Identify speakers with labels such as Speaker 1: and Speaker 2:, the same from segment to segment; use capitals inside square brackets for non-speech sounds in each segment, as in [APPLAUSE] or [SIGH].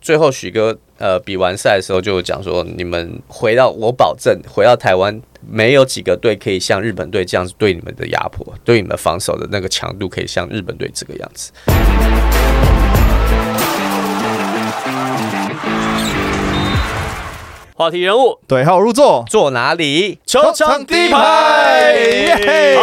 Speaker 1: 最后许哥呃比完赛的时候就有讲说，你们回到我保证回到台湾，没有几个队可以像日本队这样子对你们的压迫，对你们防守的那个强度可以像日本队这个样子。
Speaker 2: 话题人物，
Speaker 3: 对号入座，
Speaker 1: 坐哪里？
Speaker 2: 球场第一排。好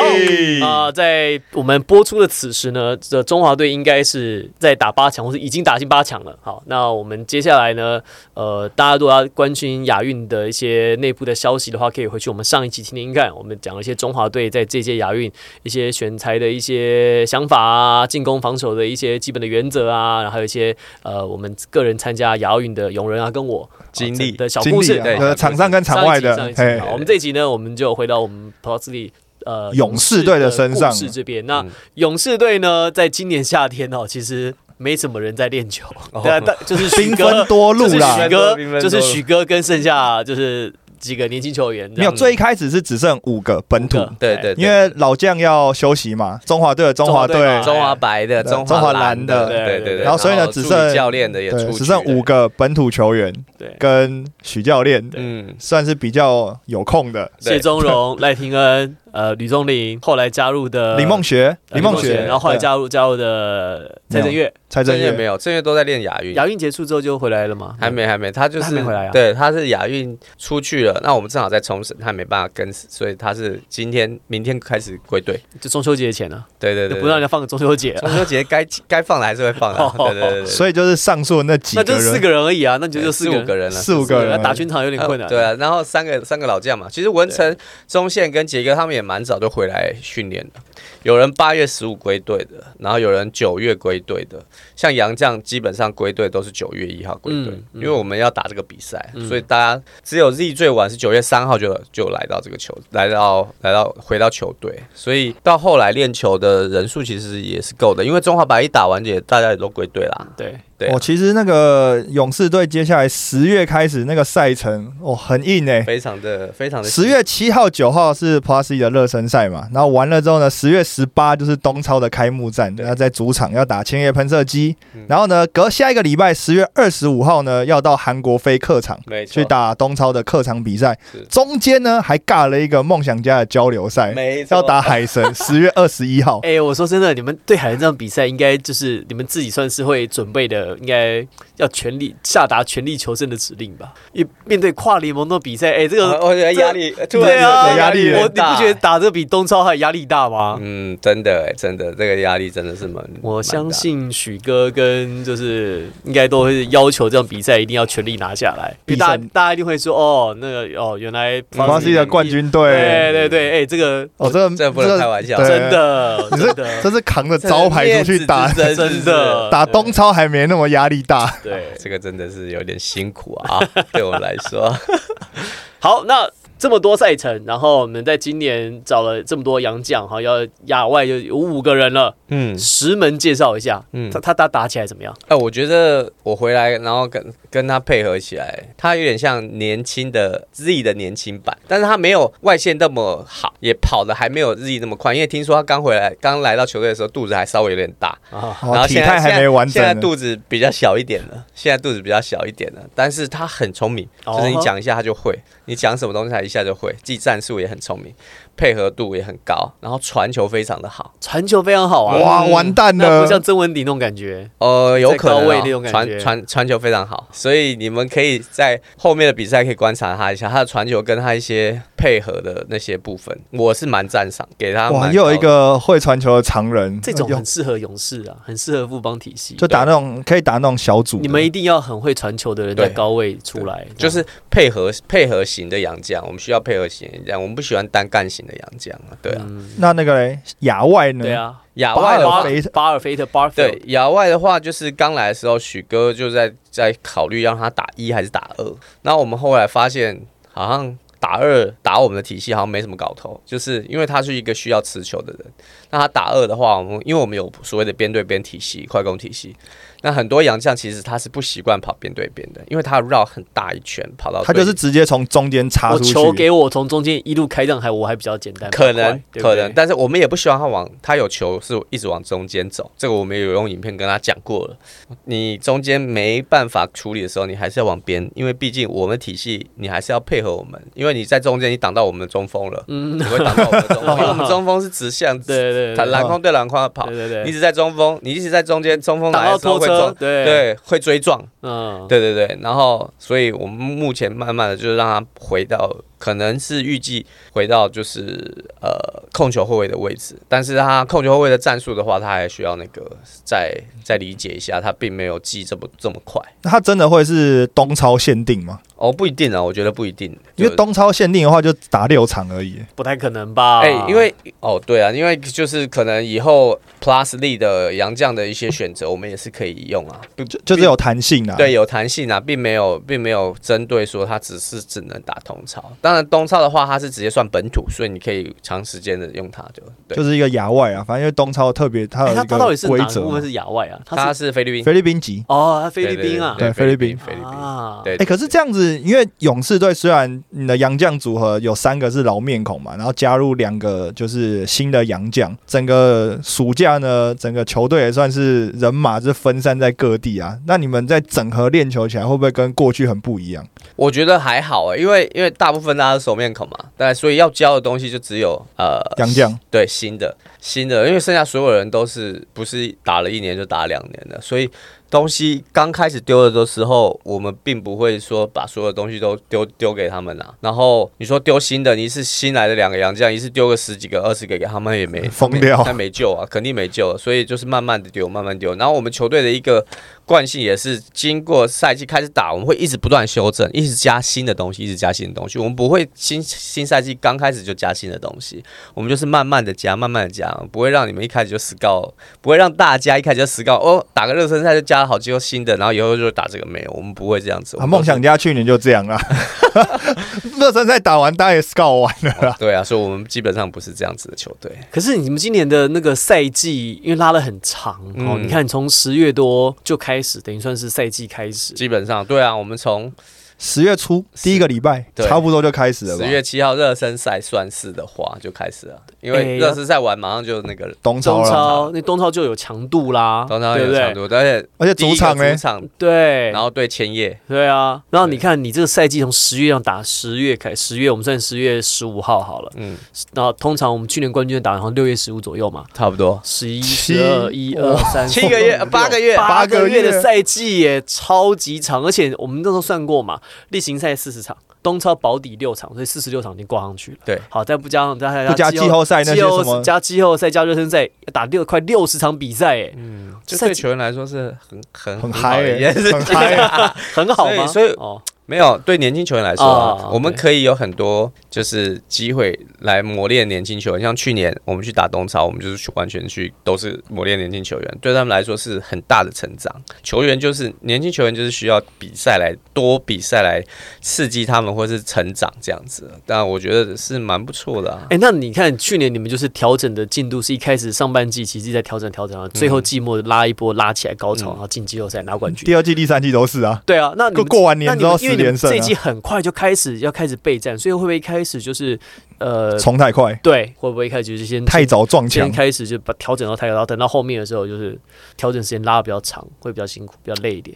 Speaker 2: 啊、在我们播出的此时呢，这中华队应该是在打八强，或是已经打进八强了。好，那我们接下来呢，呃，大家如果要关心亚运的一些内部的消息的话，可以回去我们上一期听听看，我们讲了一些中华队在这届亚运一些选材的一些想法啊，进攻防守的一些基本的原则啊，然后还有一些呃，我们个人参加亚运的永仁啊，跟我
Speaker 1: 经
Speaker 2: 啊
Speaker 1: 历
Speaker 2: 的小
Speaker 3: 经
Speaker 2: 故事
Speaker 3: 历啊，
Speaker 1: 对
Speaker 3: 呃，场上跟场外
Speaker 2: 上
Speaker 3: 的
Speaker 2: 一，集上一
Speaker 3: 嘿
Speaker 2: 集好，我们这一集呢，我们就回到我们 Plus 里呃
Speaker 3: 勇士队的身上
Speaker 2: 勇士这边。那
Speaker 1: 嗯
Speaker 2: 勇士队呢，在今年夏天哦，其实没什么人在练球，对啊，但就是许
Speaker 3: [LAUGHS] 兵
Speaker 2: 哥
Speaker 3: 分，多路
Speaker 2: 就是
Speaker 3: 啦
Speaker 2: 许。哥
Speaker 1: 哦兵，分多路
Speaker 2: 就是许哥跟剩下就是几个年轻球员这
Speaker 3: 没有，
Speaker 2: 样。
Speaker 3: 最一开始是只剩五个本土
Speaker 2: 五，个
Speaker 1: 对对，对
Speaker 3: 因为老将要休息嘛，中华队的中华
Speaker 2: 中华队
Speaker 3: 队
Speaker 2: 嘛，
Speaker 1: 中华白的、
Speaker 3: 对
Speaker 1: 中
Speaker 3: 中
Speaker 1: 华
Speaker 3: 华
Speaker 1: 蓝
Speaker 3: 蓝
Speaker 1: 的，
Speaker 3: 的
Speaker 2: 对
Speaker 1: 对
Speaker 2: 对
Speaker 1: 对
Speaker 2: 对
Speaker 1: 对。
Speaker 2: 然
Speaker 3: 后所以呢
Speaker 1: 助
Speaker 3: 只
Speaker 1: 理
Speaker 3: 剩
Speaker 1: 教练的也出
Speaker 3: 对，
Speaker 1: 去
Speaker 3: 只剩五
Speaker 1: 了，
Speaker 3: 个本土球员
Speaker 2: 对，
Speaker 3: 跟许教练
Speaker 1: 嗯，
Speaker 3: 算是比较有空的。
Speaker 2: 谢宗荣、赖廷恩、呃吕宗霖，后来加入的
Speaker 3: 林梦学，
Speaker 2: 呃
Speaker 3: 林
Speaker 2: 梦
Speaker 3: 梦学，
Speaker 2: 然后后来
Speaker 3: 对
Speaker 2: 加入加入的蔡正月，
Speaker 3: 蔡
Speaker 1: 正
Speaker 3: 正
Speaker 1: 月没
Speaker 3: 月，
Speaker 1: 有，正月都在练亚运。
Speaker 2: 亚运结束之后就回来了嘛，
Speaker 1: 还没还没，他就是
Speaker 2: 他还没回来啊
Speaker 1: 对，他是亚运出去了，那我们正好在冲绳，他没办法跟，所以他是今天明天开始归队。
Speaker 2: 就中秋节前了，
Speaker 1: 对对
Speaker 2: 就
Speaker 1: 对，
Speaker 2: 不让人家放中秋节啊，
Speaker 1: [LAUGHS] 中秋节该该放的还是会放的，对对对对，
Speaker 3: 所以就是上述那几
Speaker 2: 那
Speaker 3: 个
Speaker 2: 就四
Speaker 3: 人，
Speaker 2: 个人而已啊，那
Speaker 1: 对
Speaker 2: 就就
Speaker 1: 四
Speaker 2: 个
Speaker 1: 五
Speaker 2: 人
Speaker 1: 个人了，
Speaker 3: 四五个
Speaker 2: 那
Speaker 3: 人啊
Speaker 2: 打全场有点困
Speaker 1: 呃
Speaker 2: 难。
Speaker 1: 对啊，然后三个三个老将嘛，其实文成、中线跟杰哥他们也蛮早就回来训练的，有人八月十五归队的，然后有人九月归队的，像杨将基本上归队都是九月一号归队，
Speaker 2: 嗯
Speaker 1: 因
Speaker 2: 嗯
Speaker 1: 为我们要打这个比赛，所以大家只有 Z 最晚是九月三号就就来到这个球，来到来到回到球队，所以到后来练球的人数其实也是够的，因为中华白一打完也大家也都归队啦，
Speaker 2: 对，
Speaker 1: 对啊、
Speaker 3: 哦，其实那个勇士队接下来十月开始那个赛程，哦，很硬哎、
Speaker 1: 非常的非常的
Speaker 3: 十月七号、九号是 Plus 一的热身赛嘛，然后完了之后呢，十月十八就是东超的开幕战，
Speaker 1: 对嗯
Speaker 3: 那在主场要打千叶喷射机，然后呢，隔下一个礼拜十月二十五号呢，要到韩国飞客场
Speaker 1: 没错
Speaker 3: 去打东超的客场比赛
Speaker 1: 是，
Speaker 3: 中间呢还尬了一个梦想家的交流赛，
Speaker 1: 没错
Speaker 3: 哎要打海
Speaker 1: [LAUGHS]
Speaker 3: 神，十月二十一号。
Speaker 2: 哎、我说真的，你们对海人这场比赛，应该就是你们自己算是会准备的，应该要全力下达全力求胜的指令吧？一面对跨联盟的比赛，哎、这
Speaker 1: 啊
Speaker 2: 个、
Speaker 3: 哦
Speaker 1: 我觉得压力突然
Speaker 2: 对啊，
Speaker 3: 有压力哎
Speaker 1: 很
Speaker 2: 我你不
Speaker 1: 大
Speaker 2: 觉得打这比东超还压力大吗？
Speaker 1: 嗯，真的哎，真的，这个压力真的是蛮……
Speaker 2: 我相信许哥跟就是应该都会要求这场比赛一定要全力拿下来，因为大
Speaker 3: 必胜
Speaker 2: 大家一定会说哦，那个哦，原来
Speaker 3: Plus 一的冠军队，
Speaker 2: 对对对，哎、这个
Speaker 3: 哦，这个
Speaker 1: 这不能开玩笑
Speaker 3: 对
Speaker 2: 真的，
Speaker 3: [LAUGHS] 你是
Speaker 2: 真的，
Speaker 3: 这是扛着招牌出去打，
Speaker 1: 真
Speaker 2: 真的
Speaker 3: 打东超还没那么压力大。
Speaker 2: 对。
Speaker 1: 这个真的是有点辛苦啊， [LAUGHS] 对我们来说，
Speaker 2: 好，那这么多赛程，然后我们在今年找了这么多洋将，哈，要亚外就有五个人了，
Speaker 1: 嗯，
Speaker 2: 石门介绍一下，
Speaker 1: 嗯
Speaker 2: 嗯，他他打打起来怎么样？
Speaker 1: 哎，我觉得我回来，然后跟跟他配合起来，他有点像年轻的 Z 的年轻版，但是他没有外线那么好，也跑的还没有 Z 那么快，因为听说他刚回来，刚来到球队的时候肚子还稍微有点大，
Speaker 2: 啊，
Speaker 3: 哦
Speaker 1: 然后
Speaker 3: 体
Speaker 1: 现在
Speaker 3: 态还没完整
Speaker 1: 现在
Speaker 3: 呢，
Speaker 1: 现在肚子比较小一点了，现在肚子比较小一点了，但是他很聪明，
Speaker 2: 哦
Speaker 1: 就是你讲一下他就会，你讲什么东西他一下就会，记战术也很聪明，配合度也很高，然后传球非常的好，
Speaker 2: 传球非常好啊，
Speaker 3: 哇，完蛋
Speaker 2: 那
Speaker 3: 了
Speaker 2: 不！像曾文鼎那种感觉，
Speaker 1: 呃，有可能
Speaker 2: 在高位
Speaker 1: 哦、
Speaker 2: 那种感
Speaker 1: 传
Speaker 2: 觉
Speaker 1: 传传球非常好，所以你们可以在后面的比赛可以观察他一下，他的传球跟他一些配合的那些部分，我是蛮赞赏，给
Speaker 2: 啊
Speaker 1: 他
Speaker 3: 哇，
Speaker 1: 蛮
Speaker 3: 又有一
Speaker 1: 高的
Speaker 3: 个会传球的常人，
Speaker 2: 这种
Speaker 3: 有
Speaker 2: 很适合勇士啊，很适合富邦体系，
Speaker 3: 就打那种可以打那种小组的。
Speaker 2: 你们一定要很会传球的人
Speaker 1: 对
Speaker 2: 在高位出来，
Speaker 1: 就
Speaker 2: 这样
Speaker 1: 是配合配合型的洋将，我们需要配合型的洋将，我们不喜欢单干型的洋将啊，对啊，
Speaker 2: 嗯
Speaker 3: 那那个嘞，亚外呢？
Speaker 2: 对啊，
Speaker 1: 亚
Speaker 3: 巴
Speaker 1: 外
Speaker 3: 尔
Speaker 1: 的话
Speaker 2: 巴
Speaker 3: 菲特
Speaker 2: 巴尔菲特巴尔菲
Speaker 1: 对
Speaker 2: 特，
Speaker 1: 亚外的话，就是刚来的时候，许哥就在在考虑让他打一还是打二。那我们后来发现，好像打二打我们的体系好像没什么搞头，就是因为他是一个需要持球的人。那他打二的话，我们因为我们有所谓的边对边体系、快攻体系，那很多洋将其实他是不习惯跑边对边的，因为他绕很大一圈跑到
Speaker 3: 他
Speaker 1: 对
Speaker 3: 就是直接从中间插
Speaker 2: 我
Speaker 3: 出去。
Speaker 2: 球给我从中间一路开让，还我还比较简单，
Speaker 1: 可
Speaker 2: 比较
Speaker 1: 能
Speaker 2: 快对不
Speaker 1: 可
Speaker 2: 对
Speaker 1: 能，但是我们也不希望他往他有球是一直往中间走，这个我们有用影片跟他讲过了。你中间没办法处理的时候，你还是要往边，因为毕竟我们体系你还是要配合我们，因为你在中间你挡到我们的中锋了，
Speaker 2: 嗯
Speaker 1: 你，会挡到我们的
Speaker 2: [LAUGHS]
Speaker 1: 中锋，因为我们中锋是直向，
Speaker 2: 对对对，
Speaker 1: 他篮筐对篮筐跑
Speaker 2: 对，对对，
Speaker 1: 你一直在中锋，你一直在中间，中锋
Speaker 2: 打
Speaker 1: 来
Speaker 2: 到
Speaker 1: 的时候
Speaker 2: 拖
Speaker 1: 会
Speaker 2: 车，
Speaker 1: 撞，
Speaker 2: 对，
Speaker 1: 对，会追撞，
Speaker 2: 嗯，
Speaker 1: 对对对，然后所以我们目前慢慢的就是让他回到，可能是预计回到就是呃控球后卫的位置，但是他控球后卫的战术的话，他还需要那个再再理解一下，他并没有记这么这么快
Speaker 3: 那他真的会是东超限定吗？
Speaker 1: 哦，不一定啊，我觉得不一定，
Speaker 3: 因为
Speaker 1: 就
Speaker 3: 东超限定的话，就打六场而已。
Speaker 2: 不太可能吧？
Speaker 1: 哎、因为哦对啊，因为就是可能以后 Plus Lee 的杨将的一些选择，我们也是可以用啊，不
Speaker 3: 就就是有弹性啊。
Speaker 1: 对，，有弹性啊，并没有，并没有针对说它只是只能打东超。当然，东超的话，它是直接算本土，所以你可以长时间的用它的。对，
Speaker 3: 就是一个亚外啊，反正因为东超特别，它有
Speaker 2: 哎
Speaker 3: 一
Speaker 2: 他
Speaker 3: 个
Speaker 2: 他到底是
Speaker 3: 规
Speaker 2: 哪个部
Speaker 3: 则
Speaker 2: 分，是亚外啊？
Speaker 1: 它
Speaker 2: 他是
Speaker 1: 是菲律宾，
Speaker 3: 菲律宾籍。
Speaker 2: 哦，他菲
Speaker 1: 对
Speaker 2: 律宾啊，
Speaker 1: 对对
Speaker 3: 对菲律宾
Speaker 1: 菲律宾。
Speaker 2: 啊，
Speaker 1: 对
Speaker 3: 哎、可是这样子，因为勇士队虽然你的洋将组合有三个是老面孔嘛，然后加入两个就是新的洋将，整个暑假呢，整个球队也算是人马是分散在各地啊。那你们在整合练球起来，会不会跟过去很不一样？
Speaker 1: 我觉得还好欸，因为因为大部分大家都熟面孔嘛，但所以要教的东西就只有呃
Speaker 3: 洋将
Speaker 1: 对新的新的，因为剩下所有人都是不是打了一年就打了两年的，所以东西刚开始丢的时候，我们并不会说把所有东西都丢丢给他们啊。然后你说丢新的，你是新来的两个洋将，一次丢个十几个、二十个给他们也没
Speaker 3: [LAUGHS] 疯掉
Speaker 1: 那没救啊，肯定没救了。所以就是慢慢的丢，慢慢丢。然后我们球队的一个惯性也是，经过赛季开始打，我们会一直不断修正，一直加新的东西，一直加新的东西。我们不会新新赛季刚开始就加新的东西，我们就是慢慢的加，慢慢的加，不会让你们一开始就死告，不会让大家一开始就死告哦，打个热身赛就加了好几个新的，然后以后就打这个没有，我们不会这样子。我
Speaker 3: 啊，
Speaker 1: 们都
Speaker 3: 梦
Speaker 1: 是
Speaker 3: 想家去年就这样 [LAUGHS] 啦，热身赛打完，大家也 scout 完了啦。
Speaker 1: 对啊，所以我们基本上不是这样子的球队。
Speaker 2: 可是你们今年的那个赛季，因为拉了很长哦，
Speaker 1: 嗯
Speaker 2: 你看从十月多就开始，等于算是赛季开始。
Speaker 1: 基本上对啊，我们从
Speaker 3: 十月初第一个礼拜，
Speaker 1: 对
Speaker 3: 差不多就开始了吧
Speaker 1: 十？月七号热身赛算是的话就开始了，因
Speaker 2: 哎
Speaker 1: 为热身赛完马上就那个
Speaker 3: 东超
Speaker 2: 中
Speaker 3: 了，
Speaker 2: 超那东超就有强度
Speaker 3: 啊
Speaker 2: 啦，
Speaker 1: 当然
Speaker 2: 对
Speaker 1: 有
Speaker 2: 不
Speaker 1: 强
Speaker 2: 对？
Speaker 1: 度，而且
Speaker 3: 而且
Speaker 1: 第一
Speaker 3: 主
Speaker 1: 个
Speaker 3: 场呢
Speaker 1: 主，场，
Speaker 2: 对，
Speaker 1: 然后对千叶，
Speaker 2: 对啊，然后你
Speaker 1: 对
Speaker 2: 看，你这个赛季从十月要打十月开，十月我们算十月十五号好了。
Speaker 1: 嗯，
Speaker 2: 然后通常我们去年冠军打，然后六月十五左右嘛，
Speaker 1: 差不多
Speaker 2: 十一、
Speaker 3: 七
Speaker 2: 十二、一二三
Speaker 1: 七个月、呃八个月，
Speaker 2: 八
Speaker 3: 八
Speaker 2: 个
Speaker 3: 个
Speaker 2: 月
Speaker 3: 月
Speaker 2: 的赛季也超级长，而且我们那时候算过嘛，例行赛四十场，东超保底六场，所以四十六场已经挂上去了。
Speaker 1: 对
Speaker 2: 好，再不加上再
Speaker 3: 不加季后赛那些
Speaker 2: 季后
Speaker 3: 什么
Speaker 2: 加季后赛加热身赛，要打六快六十场比赛，哎，
Speaker 1: 嗯，就
Speaker 2: 赛
Speaker 1: 对
Speaker 2: 季
Speaker 1: 球员来说是很很
Speaker 3: 很
Speaker 1: 好
Speaker 3: 嗨、
Speaker 1: 的一
Speaker 3: [LAUGHS]
Speaker 1: 件事
Speaker 3: 欸，很嗨、欸。
Speaker 2: 很好吗？
Speaker 1: 所以所以
Speaker 2: 哦，
Speaker 1: 没有，对年轻球员来说啊、
Speaker 2: 哦
Speaker 1: 我们可以有很多就是机会来磨练年轻球员。像去年我们去打东超，我们就是去完全去都是磨练年轻球员，对他们来说是很大的成长。球员就是年轻球员，就是需要比赛来多比赛来刺激他们，或是成长这样子。但我觉得是蛮不错的啊。
Speaker 2: 哎，那你看去年你们就是调整的进度是一开始上半季其实一直在调整调整
Speaker 3: 嗯
Speaker 2: 啊，最后季末拉一波拉起来高
Speaker 1: 嗯
Speaker 2: 潮，然后进季后赛拿冠军。
Speaker 3: 第二季、第三季都是啊。
Speaker 2: 对啊，那你
Speaker 3: 过
Speaker 2: 们
Speaker 3: 过完
Speaker 2: 那
Speaker 3: 年
Speaker 2: 你
Speaker 3: 之
Speaker 2: 们
Speaker 3: 后
Speaker 2: 因
Speaker 3: 十
Speaker 2: 为你们
Speaker 3: 连胜、
Speaker 2: 这一季
Speaker 3: 啊，
Speaker 2: 很快就开始要开始备战，所以会不会开始就是呃，
Speaker 3: 冲太快，
Speaker 2: 对，会不会开始就是先
Speaker 3: 嗯太早撞
Speaker 2: 先
Speaker 3: 墙。
Speaker 2: 开始就把调整到太高，然后等到后面的时候就是调整时间拉的比较长，会比较辛苦，比较累一点，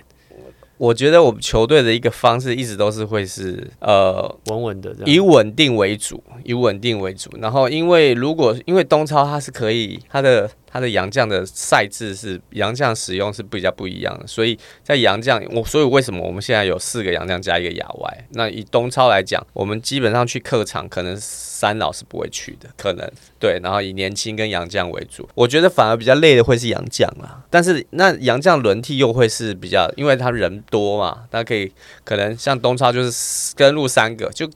Speaker 1: 我觉得我们球队的一个方式一直都是会是呃
Speaker 2: 稳稳的这
Speaker 1: 以
Speaker 2: 样。
Speaker 1: 稳定为主，以稳定为主。然后，因为如果因为东超它是可以，它的它的洋将的赛制是洋将使用是比较不一样的，所以在洋将我所以为什么我们现在有四个洋将加一个亚外？那以东超来讲，我们基本上去客场可能三老是不会去的，可能对。然后以年轻跟洋将为主，我觉得反而比较累的会是洋将啦。但是那洋将轮替又会是比较，因为他人多嘛，他可以可能像东超就是登录三个就。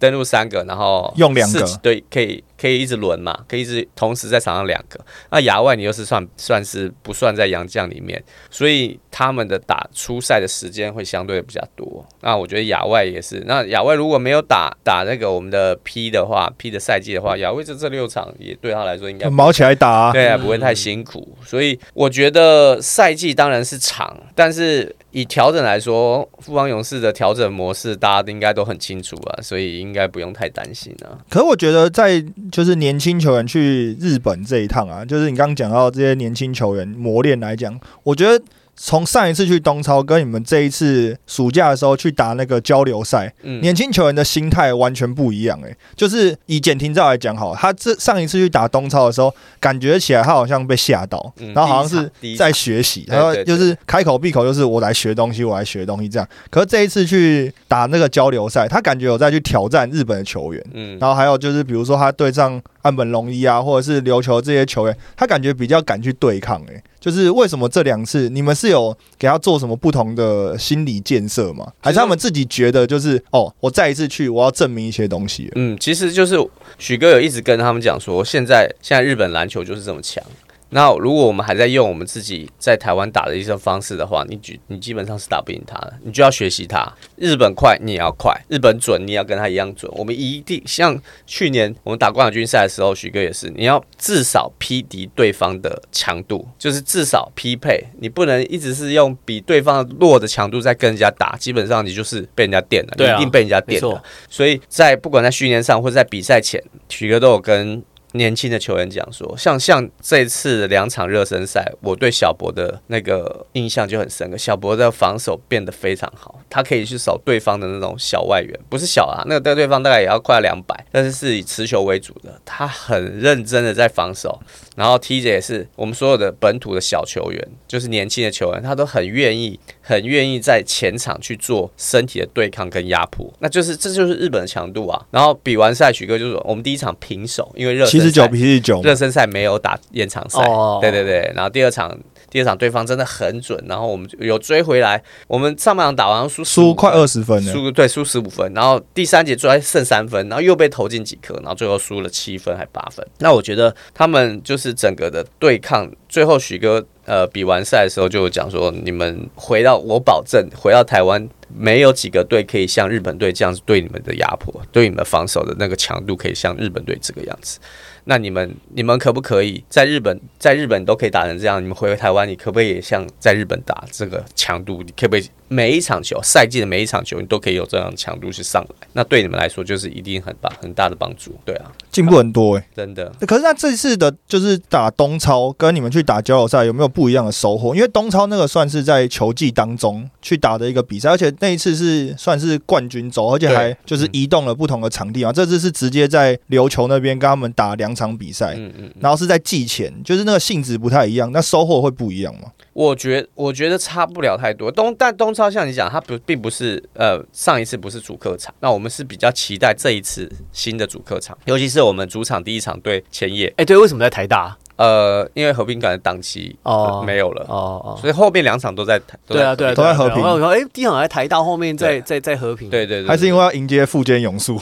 Speaker 1: 登录三个，然后
Speaker 3: 用两个
Speaker 1: 四对，可以可以一直轮嘛，可以一直同时在场上两个。那亚外你又是算算是不算在洋将里面，所以他们的打出赛的时间会相对比较多。那我觉得亚外也是，那亚外如果没有打打那个我们的 P 的话，P 的赛季的话，亚外这这六场也对他来说应该
Speaker 3: 毛起来打、啊，
Speaker 1: 对啊，不会太辛苦。所以我觉得赛季当然是长，但是以调整来说，富邦勇士的调整模式大家应该都很清楚啊，所以应该不用太担心啊。
Speaker 3: 可是我觉得，在就是年轻球员去日本这一趟啊，就是你刚刚讲到这些年轻球员磨练来讲，我觉得从上一次去东超跟你们这一次暑假的时候去打那个交流赛，
Speaker 1: 嗯，
Speaker 3: 年轻球员的心态完全不一样诶、就是以简廷照来讲好了，他这上一次去打东超的时候，感觉起来他好像被吓到，
Speaker 1: 嗯
Speaker 3: 然后好像是
Speaker 1: 第一场
Speaker 3: 在学习，
Speaker 1: 对
Speaker 3: 然后
Speaker 1: 对对
Speaker 3: 就是开口闭口就是我来学东西，我来学东西这样。可是这一次去打那个交流赛，他感觉有在去挑战日本的球员。
Speaker 1: 嗯，
Speaker 3: 然后还有就是，比如说他对上岸本龙一啊，或者是琉球这些球员，他感觉比较敢去对抗、欸。就是为什么这两次你们是有给他做什么不同的心理建设吗？还是他们自己觉得就是哦，我再一次去，我要证明一些东西了？
Speaker 1: 嗯，其实就是许哥有一直跟他们讲说，现在现在日本篮球就是这么强。那如果我们还在用我们自己在台湾打的一些方式的话，你基你基本上是打不赢他的，你就要学习他。日本快，你也要快；日本准，你也要跟他一样准。我们一定像去年我们打冠军赛的时候，许哥也是，你要至少匹敌对方的强度，就是至少匹配，你不能一直是用比对方弱的强度在跟人家打，基本上你就是被人家电了，
Speaker 2: 对啊
Speaker 1: 你一定被人家
Speaker 2: 没
Speaker 1: 电
Speaker 2: 错
Speaker 1: 了。，所以在不管在训练上或者在比赛前，许哥都有跟年轻的球员讲说，像像这次两场热身赛，我对小博的那个印象就很深刻。小博的防守变得非常好，他可以去守对方的那种小外援，不是小啊，那个对对方大概也要快两百，但是是以持球为主的，他很认真的在防守。然后 TJ 也是我们所有的本土的小球员，就是年轻的球员，他都很愿意很愿意在前场去做身体的对抗跟压迫，那就是这就是日本的强度啊。然后比完赛，许哥就说我们第一场平手，因为热
Speaker 3: 七
Speaker 1: 身
Speaker 3: 十九
Speaker 1: 赛
Speaker 3: 比七十九，
Speaker 1: 热身赛没有打延长赛，
Speaker 2: 哦
Speaker 1: 对对对。然后第二场第二场对方真的很准，然后我们就有追回来，我们上半场打完输
Speaker 3: 输
Speaker 1: 15
Speaker 3: 快
Speaker 1: 分
Speaker 3: 二十分了。
Speaker 1: 输对输十五分，然后第三节追剩三分，然后又被投进几颗，然后最后输了七分还八分。那我觉得他们就是整个的对抗，最后许哥呃比完赛的时候就有讲说，你们回到我保证回到台湾。没有几个队可以像日本队这样子对你们的压迫，对你们防守的那个强度可以像日本队这个样子。那你们你们可不可以在日本在日本都可以打成这样？你们回台湾，你可不可以也像在日本打这个强度？你可不可以每一场球赛季的每一场球，你都可以有这样的强度去上来？那对你们来说就是一定很大很大的帮助。对啊，
Speaker 3: 进步很多哎、
Speaker 1: 真的。
Speaker 3: 可是那这次的就是打东超跟你们去打交流赛有没有不一样的收获？因为东超那个算是在球季当中去打的一个比赛，而且那一次是算是冠军周，而且
Speaker 1: 对
Speaker 3: 还就是移动了不同的场地嘛。这次是直接在琉球那边跟他们打两场比赛，
Speaker 1: 嗯嗯，
Speaker 3: 然后是在季前，就是那个性质不太一样，那收获会不一样吗？
Speaker 1: 我觉我觉得差不了太多。东但东超像你讲，它不并不是呃上一次不是主客场，那我们是比较期待这一次新的主客场，尤其是我们主场第一场对千叶，
Speaker 2: 哎，对，为什么在台大？
Speaker 1: 呃，因为和平港的档期、
Speaker 2: 哦
Speaker 1: 呃没有了。
Speaker 2: 哦
Speaker 3: 啊
Speaker 2: 哦，
Speaker 1: 所以后面两场都在台，都
Speaker 2: 对
Speaker 1: 在
Speaker 2: 啊，对啊，
Speaker 3: 都在和平
Speaker 2: 我说，哎，第一场在台大，后面在
Speaker 1: 对
Speaker 2: 在在和平。，
Speaker 1: 对对对，
Speaker 3: 还是因为要迎接富坚勇树，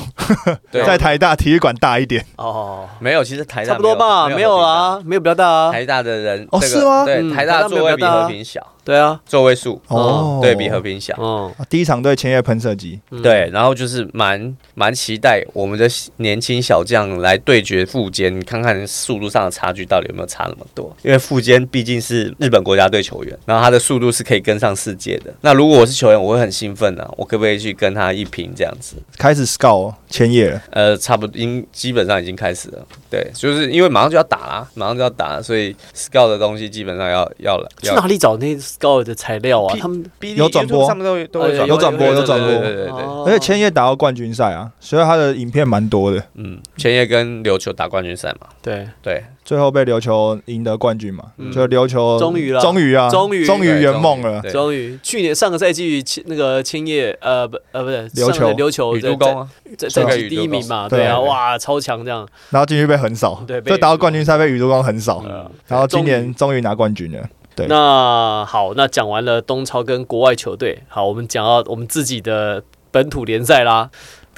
Speaker 1: 对
Speaker 3: 在台大体育馆大一点？
Speaker 2: 哦，
Speaker 1: 没有，其实台大
Speaker 2: 差不多吧，没有
Speaker 1: 啊，
Speaker 2: 啦，没有比较大啊。
Speaker 1: 台大的人
Speaker 3: 哦
Speaker 1: 这个
Speaker 3: 是吗
Speaker 1: 对
Speaker 2: 嗯，
Speaker 1: 台
Speaker 2: 台
Speaker 1: 大
Speaker 2: 大没有
Speaker 1: 座位
Speaker 2: 比
Speaker 1: 比
Speaker 2: 较大啊
Speaker 1: 和平小，
Speaker 2: 对啊，
Speaker 1: 座位数
Speaker 3: 哦，
Speaker 1: 对比和平小，
Speaker 2: 嗯，
Speaker 3: 第一场对千叶喷射机，
Speaker 2: 嗯
Speaker 1: 对，然后就是蛮蛮期待我们的年轻小将来对决富坚，看看速度上的差距到底有没有差那么多。因为富坚毕竟是日本国家队球员，然后他的速度是可以跟上世界的。那如果我是球员，我会很兴奋啊，我可不可以去跟他一拼这样子？
Speaker 3: 开始 scout 哦千叶了。
Speaker 1: 呃，差不多，应基本上已经开始了。对，就是因为马上就要打啦，马上就要打了，所以 scout 的东西基本上要要了。
Speaker 2: 去
Speaker 1: 要
Speaker 2: 哪里找那 scout 的材料啊？
Speaker 1: 屁
Speaker 2: 他们
Speaker 1: BD
Speaker 3: 有转播
Speaker 1: YouTube 上面都有都
Speaker 2: 哦
Speaker 1: 会
Speaker 3: 有转播有转播
Speaker 1: 对对对对对，
Speaker 2: 哦
Speaker 3: 而且千叶打到冠军赛啊，所以他的影片蛮多的。
Speaker 1: 嗯，前夜跟琉球打冠军赛嘛，
Speaker 2: 对，
Speaker 1: 对，
Speaker 3: 最后被琉球赢得冠军嘛，
Speaker 2: 嗯
Speaker 3: 就琉球
Speaker 2: 终于啦
Speaker 3: 终于啊，
Speaker 2: 终于
Speaker 3: 终于圆梦了。
Speaker 1: 对
Speaker 2: 终于去年上个赛季千那个千叶呃不呃不对
Speaker 3: 琉球
Speaker 2: 上个琉球
Speaker 1: 宇
Speaker 2: 在
Speaker 1: 都宫啊，
Speaker 2: 在
Speaker 1: 这
Speaker 2: 在
Speaker 1: 个
Speaker 2: 在第一名嘛，对
Speaker 3: 宇
Speaker 2: 啊，
Speaker 3: 都宫
Speaker 2: 哇，超强这样，
Speaker 3: 然后进去被横扫，
Speaker 2: 对被
Speaker 3: 就打到冠军赛被宇都光横扫，
Speaker 2: 嗯
Speaker 3: 然后今
Speaker 2: 终于
Speaker 3: 年终于拿冠军了。对
Speaker 2: 那好，那讲完了东超跟国外球队，好，我们讲到我们自己的本土联赛啦。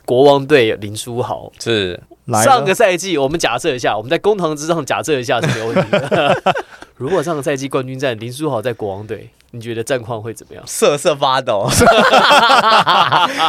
Speaker 2: 国王队林书豪，
Speaker 1: 是
Speaker 3: 来
Speaker 2: 上
Speaker 3: 了
Speaker 2: 个赛季我们假设一下，我们在公堂之上假设一下是没有问题
Speaker 3: [LAUGHS]
Speaker 2: 的。如果上个赛季冠军战林书豪在国王队，你觉得战况会怎么样？
Speaker 1: 瑟瑟发抖，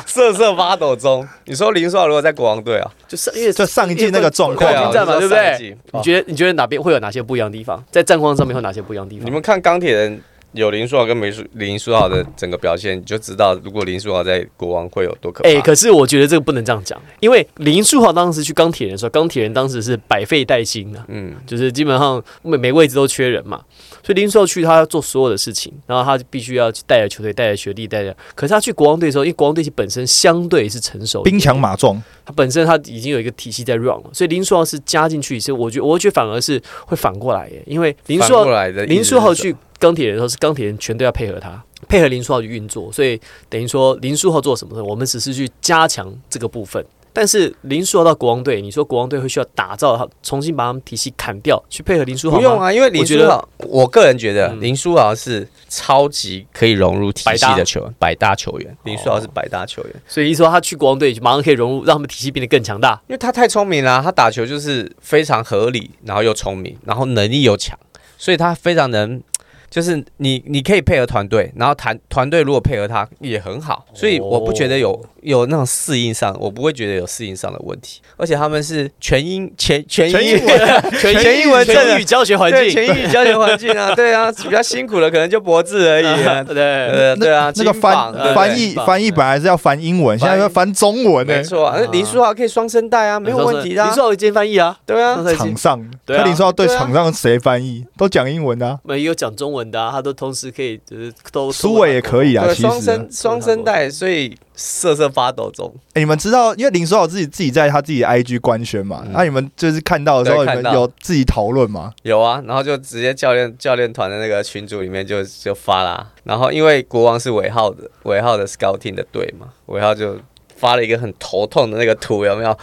Speaker 1: 瑟瑟发抖中。你说林书豪如果在国王队啊，
Speaker 2: 就是因为
Speaker 3: 就上一季那个状
Speaker 2: 冠
Speaker 1: 对
Speaker 3: 况
Speaker 1: 啊
Speaker 2: 军战嘛，
Speaker 1: 我就
Speaker 2: 对不
Speaker 1: 说上一
Speaker 2: 对
Speaker 1: 季？
Speaker 2: 你觉得你觉得哪边会有哪些不一样的地方？在战况上面会有哪些不一样的地方？
Speaker 1: 你们看钢铁人有林书豪跟没书林书豪的整个表现，你就知道如果林书豪在国王会有多可怕。
Speaker 2: 哎、可是我觉得这个不能这样讲，因为林书豪当时去钢铁人的时候，钢铁人当时是百废待兴的、
Speaker 1: 嗯，
Speaker 2: 就是基本上每每位置都缺人嘛，所以林书豪去他要做所有的事情，然后他必须要带着球队、带着学弟、带着。可是他去国王队的时候，因为国王队其实本身相对是成熟的，
Speaker 3: 兵强马壮，
Speaker 2: 他本身他已经有一个体系在 run 了，所以林书豪是加进去，是我觉我觉得反而是会反过来耶，因为林
Speaker 1: 反
Speaker 2: 书豪
Speaker 1: 过来的意思
Speaker 2: 林
Speaker 1: 是
Speaker 2: 书豪
Speaker 1: 什
Speaker 2: 去钢铁人的时候，是钢铁人全队要配合他，配合林书豪去运作，所以等于说林书豪做什么，我们只是去加强这个部分。但是林书豪到国王队，你说国王队会需要打造他，重新把他们体系砍掉，去配合林书豪
Speaker 1: 不
Speaker 2: 吗
Speaker 1: 用，啊，因为林
Speaker 2: 我觉
Speaker 1: 书
Speaker 2: 得
Speaker 1: 豪，我个人觉得
Speaker 2: 嗯
Speaker 1: 林书豪是超级可以融入体
Speaker 2: 百
Speaker 1: 系
Speaker 2: 搭
Speaker 1: 的球员，百搭球员。哦林书豪是百搭球员，
Speaker 2: 所以一说他去国王队，马上可以融入，让他们体系变得更强大。
Speaker 1: 因为他太聪明啦，他打球就是非常合理，然后又聪明，然后能力又强，所以他非常能。就是你，你可以配合团队，然后团团队如果配合他也很好，所以我不觉得有、
Speaker 2: 哦
Speaker 1: 有那种适应上，我不会觉得有适应上的问题。而且他们是全英全全
Speaker 3: 全
Speaker 1: 英
Speaker 3: 英文
Speaker 1: [LAUGHS] [LAUGHS] 全全英文阵
Speaker 2: 全英语教学环
Speaker 1: 对
Speaker 2: 境，
Speaker 1: 全英语教学环境啊，对啊，比较辛苦的可能就博智而已、啊，
Speaker 2: [LAUGHS] 对，
Speaker 1: 呃，对啊，
Speaker 3: 那个
Speaker 1: 金榜
Speaker 3: 翻
Speaker 1: 对不对
Speaker 3: 翻译
Speaker 2: 金榜
Speaker 3: 翻译本来是要翻英文，现在要翻中文呢
Speaker 1: 没。错啊，
Speaker 2: 啊
Speaker 1: 那林书豪可以双声带啊，没有问题的啊
Speaker 2: 林书。豪有兼翻译啊，
Speaker 1: 对啊
Speaker 2: 上，赛季
Speaker 3: 场上，
Speaker 2: 对啊
Speaker 3: 他林书豪对
Speaker 1: 对啊
Speaker 3: 场上谁翻译都讲英文的啊，
Speaker 2: 没有讲中文的、啊，他都同时可以，就是都
Speaker 3: 苏伟也可以啊。
Speaker 1: 对
Speaker 3: 其实
Speaker 1: 双声双声带，所以瑟瑟发抖中。
Speaker 3: 欸你们知道，因为林书豪自己自己在他自己的 IG 官宣嘛，那、啊
Speaker 1: 嗯
Speaker 3: 你们就是看到的时候，
Speaker 1: 对
Speaker 3: 你
Speaker 1: 看到
Speaker 3: 们有自己讨论吗？
Speaker 1: 有啊，然后就直接教练教练团的那个群组里面就就发啦。然后因为国王是尾号的尾号的 scouting 的队嘛，尾号就发了一个很头痛的那个图，有没有？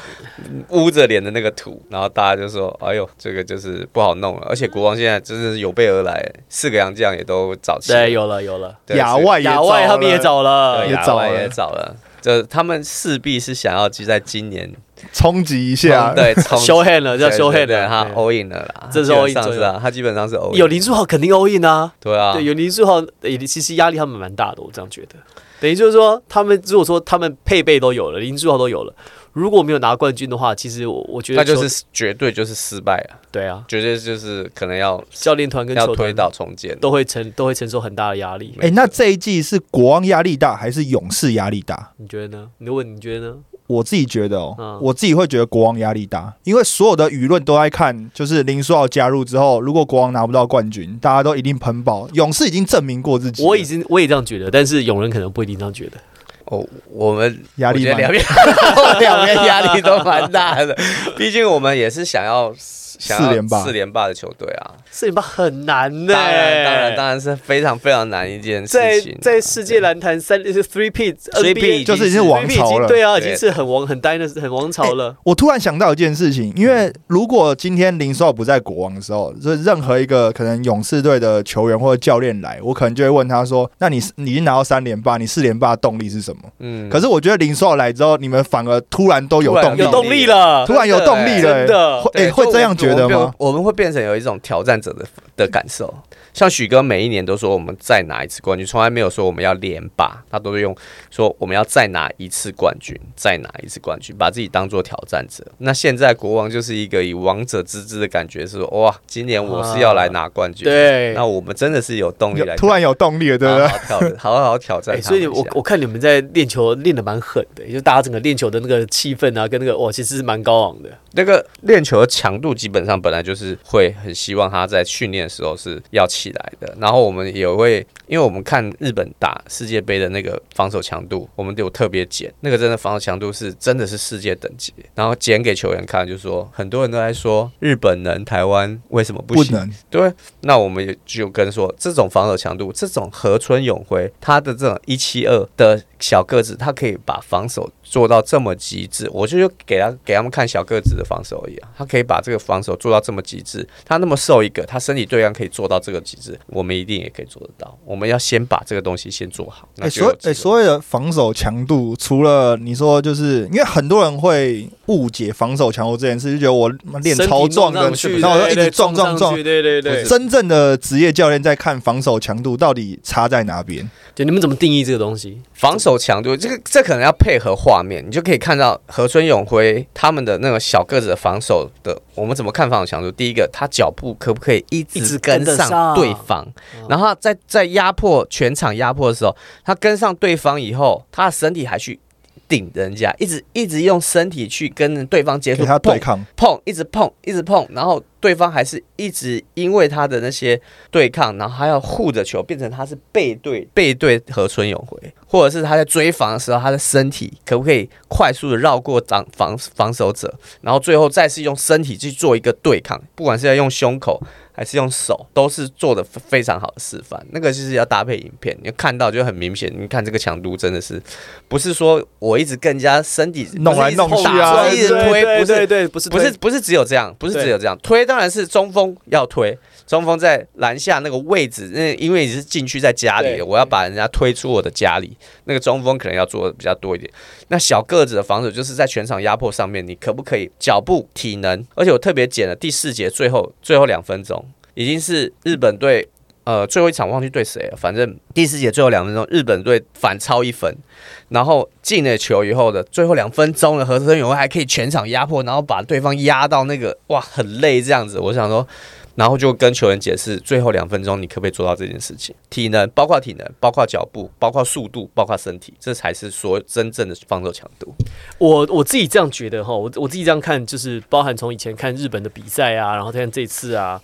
Speaker 1: 捂着脸的那个图，然后大家就说：“哎呦，这个就是不好弄了。”而且国王现在真的是有备而来，四个洋将也都找齐了，
Speaker 2: 对，有了有了，
Speaker 1: 对
Speaker 3: 亚
Speaker 1: 所以
Speaker 3: 外也
Speaker 2: 亚外他们也
Speaker 3: 找
Speaker 2: 找了
Speaker 1: 对，
Speaker 3: 也
Speaker 1: 亚
Speaker 3: 早
Speaker 1: 外
Speaker 3: 了
Speaker 1: 也早了。这他们势必是想要就在今年
Speaker 3: 冲击一下，
Speaker 1: 对
Speaker 2: [LAUGHS]
Speaker 1: 冲
Speaker 2: 修 hand 啊了，叫修 hand
Speaker 1: 对他
Speaker 2: 了。
Speaker 1: all in 了啦，
Speaker 2: 这是
Speaker 1: 基本
Speaker 2: all in
Speaker 1: 上
Speaker 2: 作
Speaker 1: 是
Speaker 2: 用
Speaker 1: 啊，他基本上是 all in，
Speaker 2: 有林书豪肯定 all in 啊，
Speaker 1: 对啊，
Speaker 2: 对，有林书豪，诶其实压力他们蛮大的，我这样觉得。等于就是说，他们如果说他们配备都有了，林书豪都有了，如果没有拿冠军的话，其实我我觉得
Speaker 1: 那就
Speaker 2: 球
Speaker 1: 是绝对就是失败了，
Speaker 2: 对啊，
Speaker 1: 绝对就是可能要
Speaker 2: 教练团跟
Speaker 1: 要
Speaker 2: 球
Speaker 1: 推
Speaker 2: 队
Speaker 1: 倒重建。
Speaker 2: 都会承都会承受很大的压力。
Speaker 3: 哎、那这一季是国王压力大还是勇士压力大？
Speaker 2: 你觉得呢？你问你觉得呢？
Speaker 3: 我自己觉得哦，
Speaker 2: 嗯
Speaker 3: 我自己会觉得国王压力大，因为所有的舆论都在看，就是林书豪加入之后，如果国王拿不到冠军，大家都一定喷爆。勇士已经证明过自己了，
Speaker 2: 我已经我也这样觉得，但是永仁可能不一定这样觉得。
Speaker 1: 哦，我们
Speaker 3: 压力
Speaker 1: 我觉得两
Speaker 3: 蛮
Speaker 1: 边
Speaker 2: [LAUGHS]
Speaker 1: 两边压力都蛮大的，毕竟我们也是想要想要
Speaker 3: 四连霸
Speaker 1: 四连霸的球队啊。
Speaker 2: 四连霸很难呢、
Speaker 1: 当然，当然，当然是非常非常难一件
Speaker 2: 在
Speaker 1: 事情啊。
Speaker 2: 在世界篮坛三就是 three P
Speaker 1: Three P
Speaker 3: 就是已经是王朝了。
Speaker 2: 对啊，已
Speaker 1: 对
Speaker 2: 经是很王很 d y n 很王朝了。
Speaker 3: 我突然想到一件事情，
Speaker 1: 嗯
Speaker 3: 因为如果今天林书豪不在国王的时候，就是任何一个可能勇士队的球员或者教练来，我可能就会问他说：“那你你已经拿到三连霸，你四连霸的动力是什么？”
Speaker 1: 嗯
Speaker 3: 可是我觉得林书豪来之后，你们反而突然都有动
Speaker 1: 有
Speaker 3: 力，
Speaker 1: 动哎力
Speaker 2: 了
Speaker 3: 突然有动力了、
Speaker 2: 啊
Speaker 3: 欸哎
Speaker 2: 真的
Speaker 3: 会
Speaker 1: 对
Speaker 3: 诶会这样觉得
Speaker 1: 就我们
Speaker 3: 吗？
Speaker 1: 我们会变成有一种挑战者的的感受。像许哥每一年都说我们再拿一次冠军，从来没有说我们要连霸，他都是用说我们要再拿一次冠军，再拿一次冠军，把自己当做挑战者。那现在国王就是一个以王者之姿的感觉，是说哇，今年我是要来拿冠军。、
Speaker 2: 啊对
Speaker 1: 那我们真的是有动力
Speaker 3: 有
Speaker 1: 来
Speaker 3: 突然有动力了，对不
Speaker 1: 好
Speaker 2: 啊
Speaker 3: 对？
Speaker 1: 好挑战，好好挑战
Speaker 2: 哎，
Speaker 1: 他
Speaker 2: 所
Speaker 1: 们一
Speaker 2: 以
Speaker 1: 下。
Speaker 2: 我我看你们在练球练的蛮狠的，就大家整个练球的那个气氛啊，跟那个哇，其实是蛮高昂的。
Speaker 1: 那个练球的强度基本上本来就是会很希望他在训练的时候是要起来的，然后我们也会，因为我们看日本打世界杯的那个防守强度，我们都有特别减，那个真的防守强度是真的是世界等级，然后减给球员看，就说很多人都在说日本能，台湾为什么不
Speaker 3: 不
Speaker 1: 行？
Speaker 3: 能，
Speaker 1: 对，那我们也就跟说，这种防守强度，这种河村永辉他的这种一七二的小个子，他可以把防守做到这么极致，我就就给他给他们看小个子的防守而已啊。他可以把这个防守做到这么极致，他那么瘦一个，他身体对抗可以做到这个极致，我们一定也可以做得到。我们要先把这个东西先做好。
Speaker 3: 哎、所哎、所谓的防守强度，除了你说，就是因为很多人会误解防守强度这件事，就觉得我妈练超壮的
Speaker 2: 身，体
Speaker 3: 然后
Speaker 2: 弄
Speaker 3: 我
Speaker 2: 上去
Speaker 3: 就一直
Speaker 2: 对对
Speaker 3: 撞撞撞。
Speaker 2: 上去对对对。
Speaker 3: 真正的职业教练在看防守强度到底差在哪边？
Speaker 2: 对，你们怎么定义这个东西？
Speaker 1: 防守强度，这个这可能要配合画面，你就可以看到河村永辉他们的那种小个子的防守的，我们怎么看防守强度？第一个，他脚步可不可以一
Speaker 2: 一直
Speaker 1: 直
Speaker 2: 跟
Speaker 1: 跟
Speaker 2: 得上
Speaker 1: 上对方？然后他在在压迫全场压迫的时候，他跟上对方以后，他的身体还去顶人家，一直一直用身体去跟对方
Speaker 2: 哎
Speaker 1: 接触，
Speaker 3: 给他对
Speaker 1: 碰
Speaker 3: 抗，
Speaker 1: 碰，一直碰，一直碰，然后对方还是一直因为他的那些对抗，然后还要护着球，变成他是背对背对河村永辉，或者是他在追防的时候，他的身体可不可以快速的绕过防防防守者，然后最后再是用身体去做一个对抗，不管是要用胸口还是用手，都是做的非常好的示范。那个就是要搭配影片，你就看到就很明显，你看这个强度真的是不是说我一直跟人家身体
Speaker 3: 弄来弄去啊
Speaker 1: 不是一直打不是一直推，
Speaker 2: 对
Speaker 1: 不是
Speaker 2: 对对，不是
Speaker 1: 不
Speaker 2: 推
Speaker 1: 是不是只有这样，不是
Speaker 2: 对
Speaker 1: 只有这样推，当然是中锋要推，中锋在篮下那个位置，那因为你是禁区在家里
Speaker 2: 对
Speaker 1: 的，我要把人家推出我的家里，那个中锋可能要做的比较多一点。那小个子的防守就是在全场压迫上面，你可不可以脚步、体能？而且我特别剪了第四节最后最后两分钟，已经是日本队。呃，最后一场忘记对谁了，反正第四节最后两分钟，日本队反超一分，然后进了球以后的最后两分钟的何泽勇还可以全场压迫，然后把对方压到那个哇很累这样子。我想说，然后就跟球员解释，最后两分钟你可不可以做到这件事情？体能包括体能，包括脚步，包括速度，包括身体，这才是所有真正的防守强度。
Speaker 2: 我我自己这样觉得哈，我我自己这样看，就是包含从以前看日本的比赛啊，然后再看这次啊，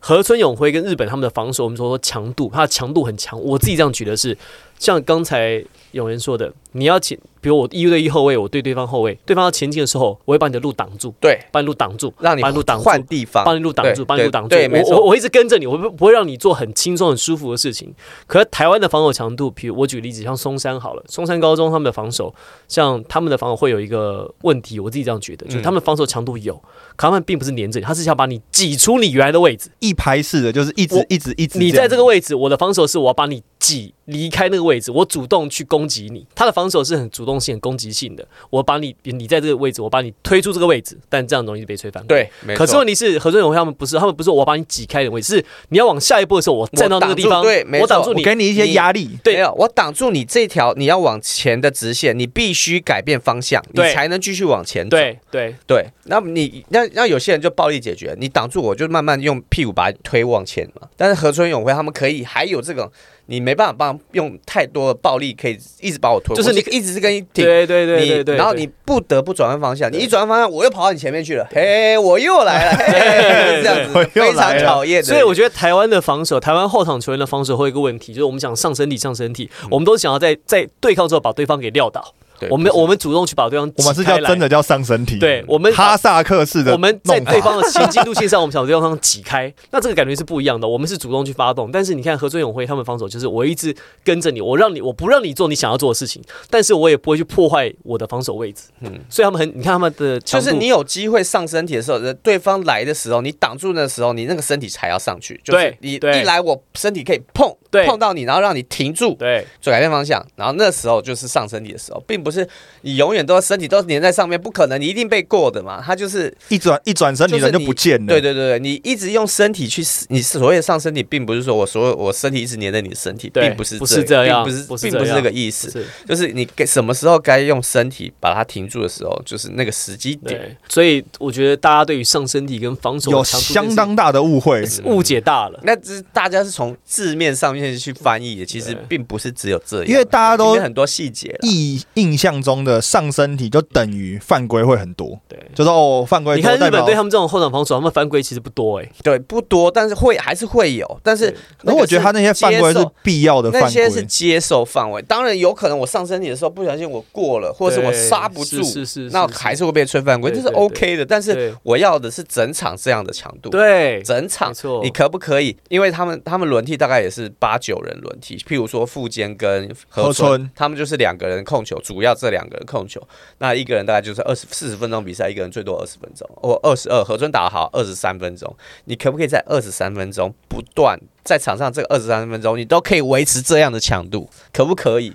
Speaker 2: 河村永辉跟日本他们的防守，我们说强度，它的强度很强。我自己这样觉得是，像刚才有人说的，你要前，比如我一对一后卫，我对对方后卫，对方要前进的时候，我会把你的路挡住，
Speaker 1: 对，
Speaker 2: 把你路挡住，
Speaker 1: 让你
Speaker 2: 把你路挡住，
Speaker 1: 换地方，
Speaker 2: 帮你路挡住，
Speaker 1: 啊对
Speaker 2: 帮你路挡住。
Speaker 1: 对，对没
Speaker 2: 我我
Speaker 1: 错，
Speaker 2: 我一直跟着你，我不不会让你做很轻松、很舒服的事情。可是台湾的防守强度，比如我举例子，像松山好了，松山高中他们的防守，像他们的防守会有一个问题，我自己这样
Speaker 1: 嗯
Speaker 2: 觉得，就是他们的防守强度有，可他们并不是黏着你，他是想把你挤出你原来的位置。
Speaker 3: 一排式的就是一
Speaker 2: 我
Speaker 3: 直一直一直样。
Speaker 2: 你在这个位置，我的防守是我要把你挤离开那个位置，我主动去攻击你。他的防守是很主动性、很攻击性的，我把你你在这个位置，我把你推出这个位置，但这样容易被吹犯规。
Speaker 1: 对，没
Speaker 2: 可是
Speaker 1: 错
Speaker 2: 问。题是，何振荣他们不是，他们不是我把你挤开的位置，是你要往下一步的时候，我站到那个地方，
Speaker 1: 我挡住对没错
Speaker 2: 我挡住
Speaker 3: 我
Speaker 2: 你。
Speaker 3: 给你一些
Speaker 1: 你
Speaker 3: 压力，
Speaker 2: 对
Speaker 1: 没有，我挡住你这条你要往前的直线，你必须改变方向，你
Speaker 2: 对
Speaker 1: 才能继续往前走。
Speaker 2: 对对
Speaker 1: 对，那么你那那有些人就暴力解决，你挡住我就慢慢用屁股把你推往前嘛。但是河村永辉他们可以还有这种，你没办法帮用太多的暴力，可以一直把我推，
Speaker 2: 就是你
Speaker 1: 我一直是跟你挺。
Speaker 2: 对对对对对
Speaker 1: 你
Speaker 2: 对，
Speaker 1: 然后你不得不转换方向，你
Speaker 2: 对
Speaker 1: 一转换方向，我又跑到你前面去了，嘿，我又来了，
Speaker 2: [LAUGHS]
Speaker 1: 嘿，这样
Speaker 3: 我又
Speaker 1: 子非
Speaker 3: 来
Speaker 1: 常
Speaker 3: 了
Speaker 1: 讨厌的。
Speaker 2: 所以我觉得台湾的防守，台湾后场球员的防守会有一个问题，就是我们讲上身体上身体，我们都想要在在对抗之后把对方给撂倒，
Speaker 1: 嗯对
Speaker 2: 我们我们主动去把对方
Speaker 3: 我们是
Speaker 2: 挤开
Speaker 3: 叫
Speaker 2: 来
Speaker 3: 真的叫上身体，
Speaker 2: 对我们
Speaker 3: 哈萨克式的
Speaker 2: 我们在
Speaker 3: 弄法
Speaker 2: 对方的前进路线上，我们想把对方挤开， [LAUGHS] 那这个感觉是不一样的。我们是主动去发动，但是你看何尊永辉他们防守就是我一直跟着你，我让你我不让你做你想要做的事情，但是我也不会去破坏我的防守位置。嗯，所以他们很，你看他们的强
Speaker 1: 就
Speaker 2: 度
Speaker 1: 是你有机会上身体的时候，呃对方来的时候，你挡住的时候，你那个身体才要上去。就是
Speaker 2: 对
Speaker 1: 你
Speaker 2: 对
Speaker 1: 一来，我身体可以碰
Speaker 2: 对
Speaker 1: 碰到你，然后让你停住，
Speaker 2: 对
Speaker 1: 就改变方向，然后那时候就是上身体的时候，并不是你永远都身体都粘在上面，不可能，你一定被过的嘛。他就是，
Speaker 3: 一转一转身，你
Speaker 1: 就是
Speaker 3: 人就
Speaker 1: 你
Speaker 3: 不见了。
Speaker 1: 对对对对，你一直用身体去，你所谓的上身体，并不是说我所有我身体一直粘在你的身体，
Speaker 2: 对
Speaker 1: 并不是
Speaker 2: 不是
Speaker 1: 这
Speaker 2: 这样
Speaker 1: 并不
Speaker 2: 不
Speaker 1: 是，
Speaker 2: 是
Speaker 1: 并不
Speaker 2: 这
Speaker 1: 是
Speaker 2: 样
Speaker 1: 这个意思，
Speaker 2: 是
Speaker 1: 就是你该什么时候该用身体把它停住的时候，就是那个时机点。
Speaker 2: 对，所以我觉得大家对于上身体跟防守
Speaker 3: 有
Speaker 2: 强度
Speaker 3: 相当嗯大的误会
Speaker 2: 这。是误解大了。
Speaker 1: 那这大家是从字面上面去翻译的，其实
Speaker 2: 对
Speaker 1: 并不是只有这样，
Speaker 3: 因为大家都
Speaker 1: 里面很多细节啦。
Speaker 3: 印印象中的上身体就等于犯规会很多，
Speaker 2: 对，
Speaker 1: 嗯
Speaker 3: 就是哦犯规
Speaker 2: 你
Speaker 3: 多
Speaker 2: 看
Speaker 3: 代
Speaker 2: 日本
Speaker 3: 表
Speaker 2: 对。他们这种后场防守，他们犯规其实不多哎、
Speaker 1: 对，不多，但是会还是会有，但是
Speaker 2: 对
Speaker 1: 那
Speaker 3: 那
Speaker 1: 个
Speaker 3: 我觉得他那些犯规
Speaker 1: 接
Speaker 3: 是
Speaker 1: 受
Speaker 3: 必要的
Speaker 1: 那
Speaker 3: 犯
Speaker 1: 些是
Speaker 3: 规，
Speaker 1: 接受范围，当然有可能我上身体的时候不小心我过了，或者是我刹不住，
Speaker 2: 对是是是
Speaker 1: 那还是会被吹犯规，
Speaker 2: 对
Speaker 1: 这是
Speaker 2: 对对
Speaker 1: OK 的。但是
Speaker 2: 对
Speaker 1: 我要的是整场这样的强度，，
Speaker 2: 对，
Speaker 1: 整
Speaker 2: 没
Speaker 1: 场。
Speaker 2: 错，
Speaker 1: 你可不可以？因为他们他们轮替大概也是八九人轮替，譬如说富坚跟
Speaker 3: 河
Speaker 1: 河
Speaker 3: 村
Speaker 1: 村，他们就是两个人控球，主要掉这两个人控球，那一个人大概就是二十四十分钟比赛，一个人最多二十分钟，或二十二。何尊打得好二十三分钟，你可不可以在二十三分钟不断在场上这个二十三分钟，你都可以维持这样的强度，可不可以？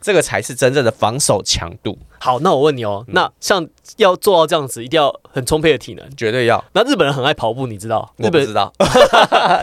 Speaker 1: 这个才是真正的防守强度，
Speaker 2: 好，那我问你
Speaker 3: 嗯
Speaker 2: 哦，那像要做到这样子，一定要很充沛的体能。
Speaker 1: 绝对要。
Speaker 2: 那日本人很爱跑步，你知道？
Speaker 1: 我
Speaker 2: 日
Speaker 1: 不
Speaker 2: 本
Speaker 1: 知道，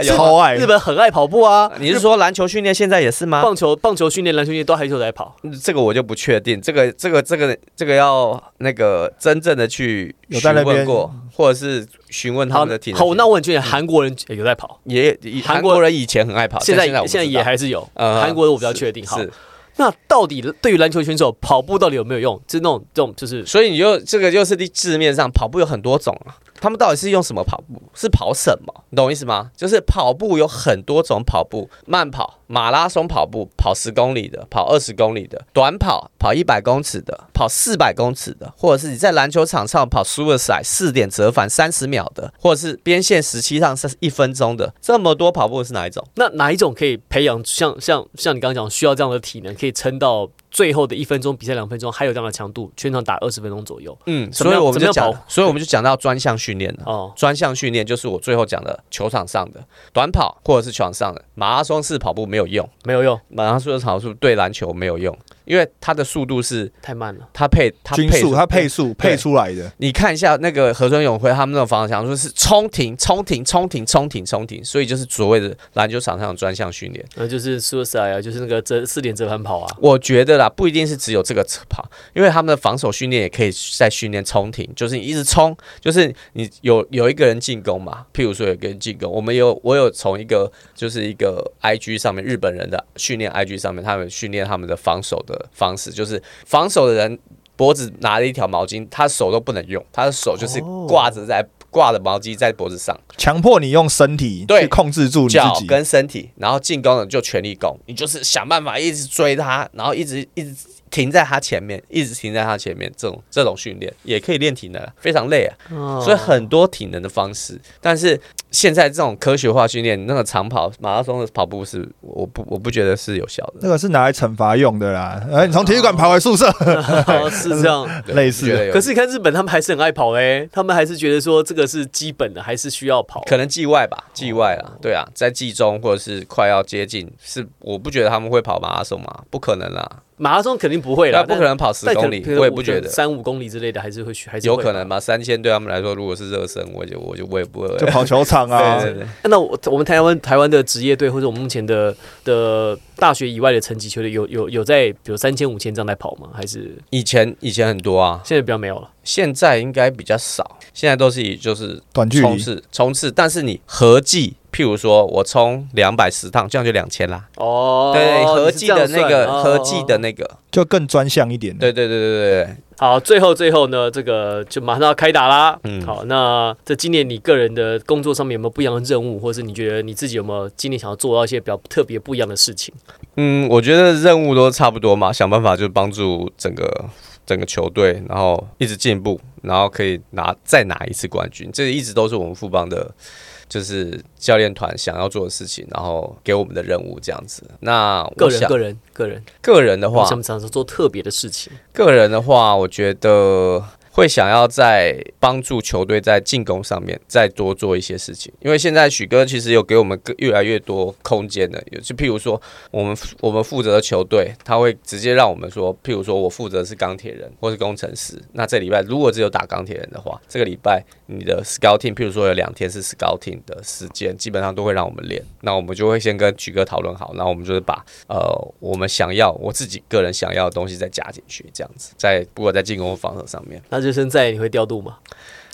Speaker 1: 有吗
Speaker 3: 超爱
Speaker 2: 日本很爱跑步啊，
Speaker 1: 你是说篮球训练现在也是
Speaker 2: [LAUGHS]
Speaker 1: 吗？
Speaker 2: 棒球、棒球训练、篮球训练都还是有在跑。
Speaker 1: 这个我就不确定，这个这个这个这个要那个真正的去
Speaker 3: 有在那
Speaker 1: 询问
Speaker 3: 边
Speaker 1: 过，或者是询问他
Speaker 2: 好
Speaker 1: 们的体，能
Speaker 2: 好，
Speaker 1: 训
Speaker 2: 那
Speaker 1: 练
Speaker 2: 我很确定韩国人也有在跑，
Speaker 1: 也也
Speaker 2: 韩
Speaker 1: 韩
Speaker 2: 国
Speaker 1: 国人以前很爱跑，
Speaker 2: 现在
Speaker 1: 但啊现在我不知
Speaker 2: 现在
Speaker 1: 道
Speaker 2: 也还是有。
Speaker 1: 呃
Speaker 2: 韩国的我比较确定。好，
Speaker 1: 是，
Speaker 2: 那到底对于篮球选手跑步到底有没有用？就是那种这种就是
Speaker 1: 所以你就这个就是字面上跑步有很多种啊，他们到底是用什么跑步？是跑什么？你懂我意思吗？就是跑步有很多种跑步，慢跑、马拉松跑步，跑十公里的，跑二十公里的，短跑，跑一百公尺的，跑四百公尺的，或者是你在篮球场上跑 suicide 四点折返三十秒的，或者是边线十七上是一分钟的，这么多跑步是哪一种？
Speaker 2: 那哪一种可以培养像像像你刚刚讲需要这样的体能，可以撑到最后的一分钟比赛两分钟，还有这样的强度，全场打二十分钟左右。
Speaker 1: 嗯，
Speaker 2: 怎
Speaker 1: 所
Speaker 2: 么
Speaker 1: 以
Speaker 2: 样
Speaker 1: 我们就
Speaker 2: 怎么样
Speaker 1: 讲，所以我们就讲到专项训练了。
Speaker 2: 哦，
Speaker 1: 专项训练就是我最后讲的球场上的短跑或者是球场上的马拉松式跑步没有用，
Speaker 2: 没有用，
Speaker 1: 马拉松式跑步对篮球没有用，因为它的速度是
Speaker 2: 太慢了。
Speaker 1: 它配它
Speaker 3: 均
Speaker 1: 配
Speaker 3: 速，它配。速
Speaker 1: 对
Speaker 3: 配出来的，
Speaker 1: 你看一下那个河村永辉他们那种防守强度是冲停、冲停、冲停、冲停、冲停，所以就是所谓的篮球场上的专项训练。
Speaker 2: 呃，就是 suicide 啊，就是那个折四点折
Speaker 1: [LAUGHS]
Speaker 2: 返跑啊，
Speaker 1: 我觉得啦，不一定是只有这个跑，因为他们的防守训练也可以在训练冲停，就是你一直冲，就是你有有一个人进攻嘛，譬如说有一个人进攻，我们有我有从一个就是一个 IG 上面日本人的训练 IG 上面，他们训练他们的防守的方式，就是防守的人脖子拿了一条毛巾，他手都不能用，他的手就是
Speaker 2: 哦
Speaker 1: 挂着在。挂着毛巾在脖子上，
Speaker 3: 强迫你用身体
Speaker 1: 对
Speaker 3: 去控制住你自
Speaker 1: 脚
Speaker 3: 己。
Speaker 1: 跟身体，然后进攻的就全力攻，你就是想办法一直追他，然后一直一直停在他前面，一直停在他前面，这种这种训练也可以练体能啊，非常累啊，
Speaker 2: 哦
Speaker 1: 所以很多体能的方式，但是现在这种科学化训练，那个长跑、马拉松的跑步是，我不我不觉得是有效的，
Speaker 3: 那个是拿来惩罚用的啦，哎，你从体育馆跑回宿舍，
Speaker 2: 哦是这样。
Speaker 1: 啊对
Speaker 3: 类似
Speaker 1: 我觉得有
Speaker 2: 可是你看日本，他们还是很爱跑嘞、他们还是觉得说这个是基本的，还是需要跑。
Speaker 1: 可能季外
Speaker 2: 哦
Speaker 1: 吧，季外啦，对啊，在季中或者是快要接近，是我不觉得他们会跑马拉松嘛，不可能啦，
Speaker 2: 马拉松肯定不会
Speaker 1: 那
Speaker 2: 啦，
Speaker 1: 不可能跑十
Speaker 2: 但
Speaker 1: 公里，我也不觉得。
Speaker 2: 三五公里之类的还是会去，还是
Speaker 1: 有
Speaker 2: 会
Speaker 1: 可
Speaker 2: 吧
Speaker 1: 能吧，三千对他们来说，如果是热身，我就我就我也不会。
Speaker 3: 就跑球场啊，
Speaker 1: 对对对，
Speaker 2: 那我我们台湾台湾的职业队或者我们目前的的大学以外的层级球队，有有有在比如三千五千这样在跑吗？还是
Speaker 1: 以前以前很多啊，
Speaker 2: 现在比较没有了？
Speaker 1: 现在应该比较少，现在都是以就是
Speaker 3: 短距
Speaker 1: 冲
Speaker 3: 离。
Speaker 1: 刺冲刺，但是你合计，譬如说我冲两百十趟，这样就两千啦。
Speaker 2: 哦
Speaker 1: 对，合计的那个合计的那个，
Speaker 3: 就更专项一点的。
Speaker 1: 对对对对对对，
Speaker 2: 好，最后最后呢，这个就马上要开打啦。嗯，
Speaker 1: 嗯
Speaker 2: 好，那这今年你个人的工作上面有没有不一样的任务，或是你觉得你自己有没有今年想要做到一些比较特别不一样的事情？
Speaker 1: 嗯，我觉得任务都差不多嘛，想办法就帮助整个整个球队，然后一直进步，然后可以拿再拿一次冠军，这一直都是我们富邦的，就是教练团想要做的事情，然后给我们的任务这样子。那
Speaker 2: 个
Speaker 1: 我
Speaker 2: 人
Speaker 1: 想
Speaker 2: 个人个人，
Speaker 1: 个人的
Speaker 2: 我
Speaker 1: 话，
Speaker 2: 想想说做特别的事情。
Speaker 1: 个人的话，我觉得会想要在帮助球队在进攻上面再多做一些事情，因为现在许哥其实有给我们更越来越多空间的，有就譬如说我们我们负责的球队，他会直接让我们说，譬如说我负责是钢铁人或是工程师，那这礼拜如果只有打钢铁人的话，这个礼拜你的 scouting，譬如说有两天是 scouting 的时间，基本上都会让我们练，那我们就会先跟许哥讨论好，那我们就是把呃，我们想要我自己个人想要的东西再加进去，这样子，在不管在进攻或防守上面，
Speaker 2: 那热身赛你会调度吗？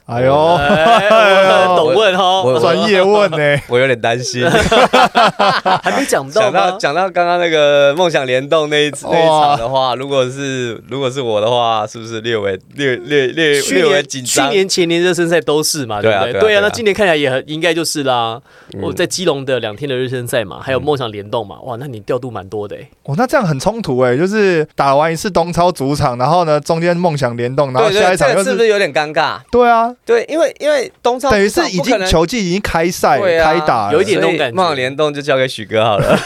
Speaker 3: 哎呦，
Speaker 2: 哎我懂问哦
Speaker 1: 我，
Speaker 3: 专业问呢、
Speaker 1: 我有点担
Speaker 3: [LAUGHS]
Speaker 1: 心。
Speaker 2: 还没讲到
Speaker 1: 讲到
Speaker 2: 吗？
Speaker 1: 讲到刚刚那个梦想联动那一次那一场的话，如果是如果是我的话，是不是略微略略略
Speaker 2: 去
Speaker 1: 略微
Speaker 2: 年、
Speaker 1: 紧
Speaker 2: 去
Speaker 1: 张？
Speaker 2: 年、前年热身赛都是嘛，
Speaker 1: 对
Speaker 2: 不
Speaker 1: 啊
Speaker 2: 对？
Speaker 1: 对啊
Speaker 2: 对
Speaker 1: 对
Speaker 2: 啊，
Speaker 1: 啊
Speaker 2: 那今年看起来也很应该就是啦。
Speaker 1: 嗯
Speaker 2: 我在基隆的两天的热身赛嘛，还有梦想联动嘛，哇，那你调度蛮多的哎。
Speaker 3: 哦，那这样很冲突哎、就是打完一次东超主场，然后呢中间梦想联动，然后
Speaker 1: 对
Speaker 3: 下
Speaker 1: 对，
Speaker 3: 一场
Speaker 1: 这
Speaker 3: 又
Speaker 1: 个
Speaker 3: 是
Speaker 1: 是不是有点尴尬？
Speaker 3: 对啊，
Speaker 1: 啊，对，因为因为东超
Speaker 3: 等于
Speaker 1: 主
Speaker 3: 是
Speaker 1: 场
Speaker 3: 已
Speaker 1: 不可
Speaker 3: 经
Speaker 1: 能
Speaker 3: 球季已经开赛、
Speaker 1: 对啊
Speaker 3: 开打了，
Speaker 2: 有一点那种感觉
Speaker 1: 所以梦联动就交给许哥好了。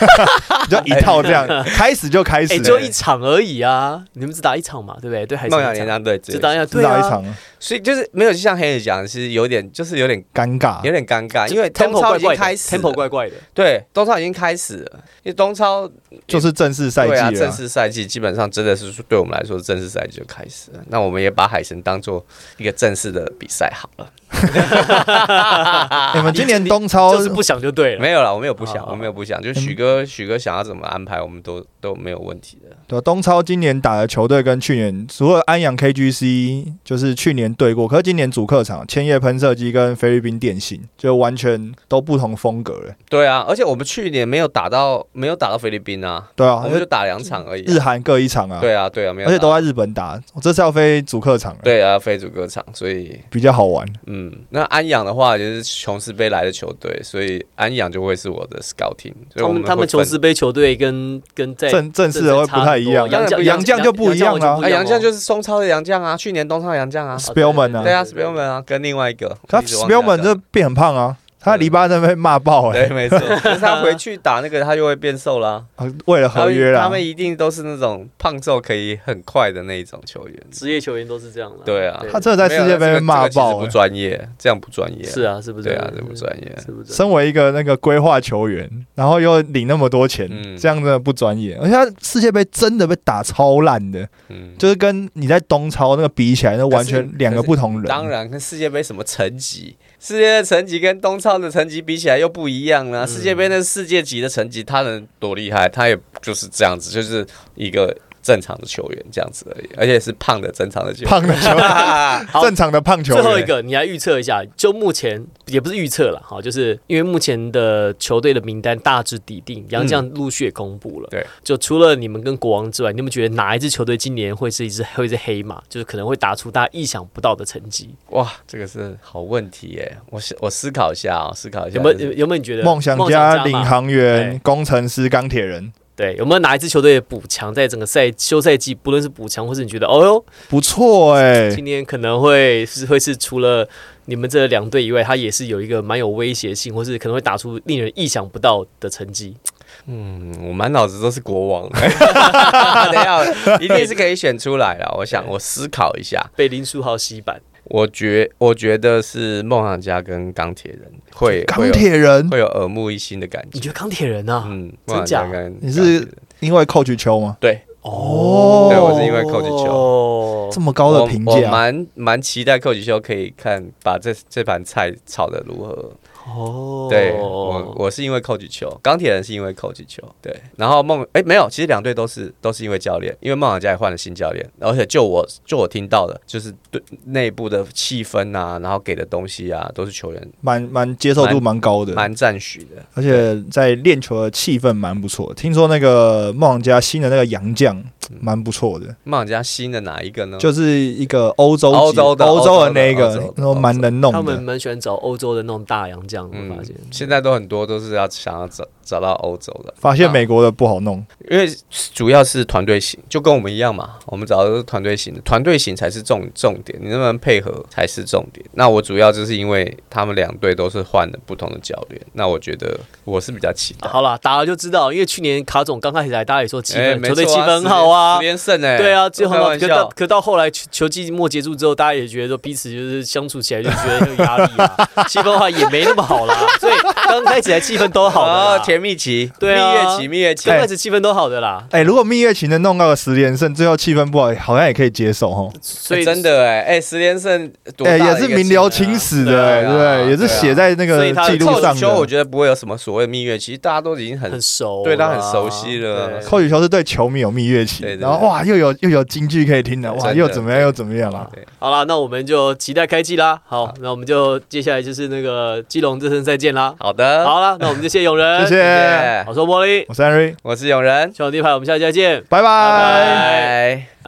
Speaker 3: 就一
Speaker 1: [LAUGHS]
Speaker 3: 套这样，开始就开始
Speaker 2: 哎、
Speaker 3: 了，
Speaker 2: 就一场而已啊，你们只打一场嘛，对不对？对，还是
Speaker 1: 梦想联
Speaker 2: 场，
Speaker 1: 当队
Speaker 2: 只
Speaker 1: 只
Speaker 2: 打一场，
Speaker 3: 只
Speaker 2: 对
Speaker 3: 打
Speaker 2: 啊，
Speaker 3: 一场，
Speaker 1: 所以就是没有像黑人讲，是有点就是有点
Speaker 3: 尴尬
Speaker 1: 有。点尴尬，
Speaker 2: 就
Speaker 1: 啊
Speaker 3: 啊
Speaker 1: 因为东
Speaker 2: tempo
Speaker 1: 超
Speaker 2: 怪
Speaker 1: 已经
Speaker 2: 怪的
Speaker 1: 开始了
Speaker 2: ，tempo 怪怪的，
Speaker 1: 对，东超已经开始了，因为东超
Speaker 3: 就是正式赛季
Speaker 1: 对
Speaker 3: 了
Speaker 1: 啊，
Speaker 3: 啊，
Speaker 1: 正式赛季基本上真的是对我们来说，正式赛季就开始了。那我们也把海神当做一个正式的比赛好
Speaker 3: [LAUGHS]
Speaker 1: 了。 [LAUGHS] 啊
Speaker 3: 你们今年东超
Speaker 2: 就是不想就对了。
Speaker 1: 没有啦，我没有不
Speaker 3: 啊
Speaker 1: 想，
Speaker 2: 好
Speaker 1: 我没有不
Speaker 3: 嗯
Speaker 1: 想，就许哥，许哥想要怎么安排，我们都都没有问题的。
Speaker 3: 对，东超今年打的球队跟去年除了安阳 KGC，就是去年对过，可是今年主客场千叶喷射机跟菲律宾电信就完全都不同风格了。
Speaker 1: 对啊，而且我们去年没有打到，没有打到菲律宾啊，
Speaker 3: 对啊
Speaker 1: 我，们就打两场而已
Speaker 3: 日
Speaker 1: 啊、
Speaker 3: 韩各一场啊，，
Speaker 1: 对啊，对啊，没有
Speaker 3: 而
Speaker 1: 打，
Speaker 3: 且都在日本打，这次要飞主客场了，
Speaker 1: 对啊，非主歌场，所以
Speaker 3: 比较好玩。
Speaker 1: 嗯，那安阳的话就是琼斯杯来的球队，所以安阳就会是我的 scouting，所以
Speaker 2: 他
Speaker 1: 我
Speaker 2: 们他
Speaker 1: 会
Speaker 2: 们琼
Speaker 1: 分
Speaker 2: 斯杯球队跟跟在
Speaker 3: 正正式的会不太一样，
Speaker 1: 正式差很多
Speaker 3: 杨将就不一样
Speaker 2: 了
Speaker 3: 了。
Speaker 1: 哎，杨将就是松超的杨将啊，去年东超的杨将啊，
Speaker 3: Spellman 啊
Speaker 1: 对啊，Spellman 啊，跟另外一个，
Speaker 3: 他
Speaker 1: 我一直忘记他
Speaker 3: Spellman 这
Speaker 1: 叫
Speaker 3: 变很胖啊，他黎巴嫩被骂爆哎、
Speaker 1: 对，没错，可是他回去打那个，他就会变瘦
Speaker 3: [LAUGHS]
Speaker 1: 啦。
Speaker 3: 啊为了合
Speaker 1: 他
Speaker 3: 约
Speaker 1: 们他
Speaker 3: 啦，
Speaker 1: 们一定都是那种胖瘦可以很快的那一种球员。
Speaker 2: 职业球员都是这样的。
Speaker 1: 对啊
Speaker 3: 他真的在世界杯被骂
Speaker 1: 没有这个这个
Speaker 3: 爆、
Speaker 1: 其实不
Speaker 3: 欸。
Speaker 1: 专业，这样不专业。
Speaker 2: 是啊，是不是？
Speaker 1: 对啊这不专业
Speaker 2: 是不是？
Speaker 3: 身为一个那个规划球员，然后又领那么多钱，
Speaker 1: 嗯
Speaker 3: 这样真的不专业。而且他世界杯真的被打超烂的，
Speaker 1: 嗯，
Speaker 3: 就是跟你在东超那个比起来，那完全两个不同人。
Speaker 1: 当，然跟世界杯什么层级，世界的层级跟东超的层级比起来又不一样啦、
Speaker 2: 嗯
Speaker 1: 世界杯那是世界级的层级，他能多厉害？他也就是这样子，就是一个正常的球员这样子而已，而且是胖的正常的球员。
Speaker 3: 胖的
Speaker 1: [LAUGHS]
Speaker 3: 球员，
Speaker 2: 好
Speaker 3: 正常的胖球
Speaker 2: 最
Speaker 3: 员。
Speaker 2: 后一个，你来预测一下，就目前也不是预测了，哈，就是因为目前的球队的名单大致底定，杨将陆续也公布了、
Speaker 1: 对，
Speaker 2: 就除了你们跟国王之外，你们觉得哪一支球队今年会是一支会是黑马，就是可能会打出大家意想不到的成绩？
Speaker 1: 哇，这个是好问题耶！我思我思考一下啊、思考一下。
Speaker 2: 有没
Speaker 1: 就
Speaker 2: 有
Speaker 1: 是
Speaker 2: 有没有你觉得
Speaker 3: 梦想
Speaker 2: 嘛
Speaker 3: 家、领航员
Speaker 2: 对、
Speaker 3: 工程师、钢铁人，
Speaker 2: 对有没有哪一支球队的补强，在整个赛休赛季，不论是补强或是你觉得哦哟，
Speaker 3: 不错哎、
Speaker 2: 今年可能会是会是除了你们这两队以外，他也是有一个蛮有威胁性，或是可能会打出令人意想不到的成绩。
Speaker 1: 嗯，我满脑子都是国
Speaker 3: [LAUGHS]
Speaker 1: 王。等一下，一定是可以选出来了。我想，我思考一下。
Speaker 2: 被林书豪洗版，
Speaker 1: 我觉我觉得是梦想家跟钢铁人会
Speaker 3: 钢铁人
Speaker 1: 会有会有耳目一新的感
Speaker 2: 嗯你
Speaker 1: 觉。
Speaker 2: 觉得钢铁人啊？
Speaker 1: 嗯，
Speaker 2: 真
Speaker 1: 梦想
Speaker 2: 假
Speaker 1: 家跟
Speaker 3: 你是
Speaker 1: 钢铁人
Speaker 3: 因为扣取球吗？
Speaker 1: 对
Speaker 2: 哦
Speaker 1: 对我是因为扣进球
Speaker 2: 球
Speaker 3: 这么高的评
Speaker 1: 我我
Speaker 3: 价，
Speaker 1: 蛮蛮期待寇吉修可以看把这这盘菜炒的如何。
Speaker 2: 哦，
Speaker 1: 对我我是因为寇吉球，钢铁人是因为寇吉球，对。然后梦哎没有，其实两队都是都是因为教练，因为梦想家也换了新教练，而且就我就我听到的，就是对内部的气氛啊，然后给的东西啊，都是球员
Speaker 3: 蛮蛮接受度蛮高的。
Speaker 1: 蛮赞许的。
Speaker 3: 而且在练球的气氛蛮不错。听说那个梦想家新的那个洋将
Speaker 1: 嗯
Speaker 3: 蛮不错的，
Speaker 1: 梦想家新的哪一个呢？
Speaker 3: 就是一个欧洲籍
Speaker 1: 欧洲的
Speaker 3: 欧洲的那一
Speaker 1: 欧洲的
Speaker 3: 个
Speaker 1: 欧洲，的
Speaker 3: 然后蛮能弄
Speaker 2: 他们
Speaker 3: 的。
Speaker 2: 蛮喜欢找欧洲的那种大洋将，
Speaker 1: 嗯
Speaker 2: 我发现。
Speaker 1: 现在都很多都是要想要找找到欧洲的，
Speaker 3: 发
Speaker 2: 啊
Speaker 3: 现美国的不好弄，
Speaker 1: 因为主要是团队型，就跟我们一样嘛，我们找的都是团队型的，团队型才是重重点，你能不能配合才是重点。那我主要就是因为他们两队都是换了不同的教练，那我觉得我是比较期
Speaker 2: 啊
Speaker 1: 待。
Speaker 2: 好啦，打了就知道，因为去年卡总刚开始来，大家也说气
Speaker 1: 哎
Speaker 2: 氛，
Speaker 1: 没
Speaker 2: 球队气
Speaker 1: 错啊
Speaker 2: 氛很好啊
Speaker 1: 十，连十连胜哎、
Speaker 2: 对啊，就
Speaker 1: 开
Speaker 2: 很好。
Speaker 1: 玩
Speaker 2: 可到
Speaker 1: 笑。
Speaker 2: 可到后来球球季末结束之后，大家也觉得说彼此就是相处起来就觉得很有压力啊，
Speaker 1: [LAUGHS]
Speaker 2: 气氛的话也没那么好啦。所以刚开始来气氛都好的
Speaker 1: 哦
Speaker 2: 啦，，
Speaker 1: 甜蜜期，
Speaker 2: 对啊
Speaker 1: 蜜月期，蜜月期哎
Speaker 2: 刚，开始气氛都好的啦。
Speaker 3: 哎、如果蜜月期能弄到个十连胜，最后气氛不好，哎好像也可以接受哦。
Speaker 2: 所以
Speaker 1: 真，的哎、哎、十连胜多大的
Speaker 3: 哎、
Speaker 1: 一个
Speaker 3: 也
Speaker 1: 气氛啊，
Speaker 3: 是名留青史的、
Speaker 1: 对啊
Speaker 3: 哎对不
Speaker 1: 对啊
Speaker 3: 对？也是写在那
Speaker 2: 所
Speaker 3: 个
Speaker 2: 以他的
Speaker 3: 记录
Speaker 1: 扣
Speaker 3: 上
Speaker 1: 球，我
Speaker 3: 的。
Speaker 1: 觉得不会有什么所谓蜜月期，大家都已经很
Speaker 2: 很熟啦，啊
Speaker 1: 对他很熟悉了
Speaker 2: 对
Speaker 3: 寇宇球是对球迷有蜜月期，
Speaker 1: 对对对
Speaker 3: 然后哇，又有又有京剧可以听了，哇，
Speaker 1: 真的
Speaker 3: 又怎么样又怎么样啦？
Speaker 1: 对
Speaker 2: 好啦，那我们就期待开季啦。好，那我们就接下来就是那个基隆这胜再见啦。
Speaker 1: 好的，
Speaker 2: 好啦，那我们就谢谢永仁，
Speaker 3: 谢
Speaker 1: 谢
Speaker 3: 谢，
Speaker 1: 谢，
Speaker 2: 我是玻璃，
Speaker 3: 我是 Henry，
Speaker 1: 我是永仁，
Speaker 2: 小地派，我们下期再见，拜
Speaker 3: 拜拜
Speaker 2: 拜。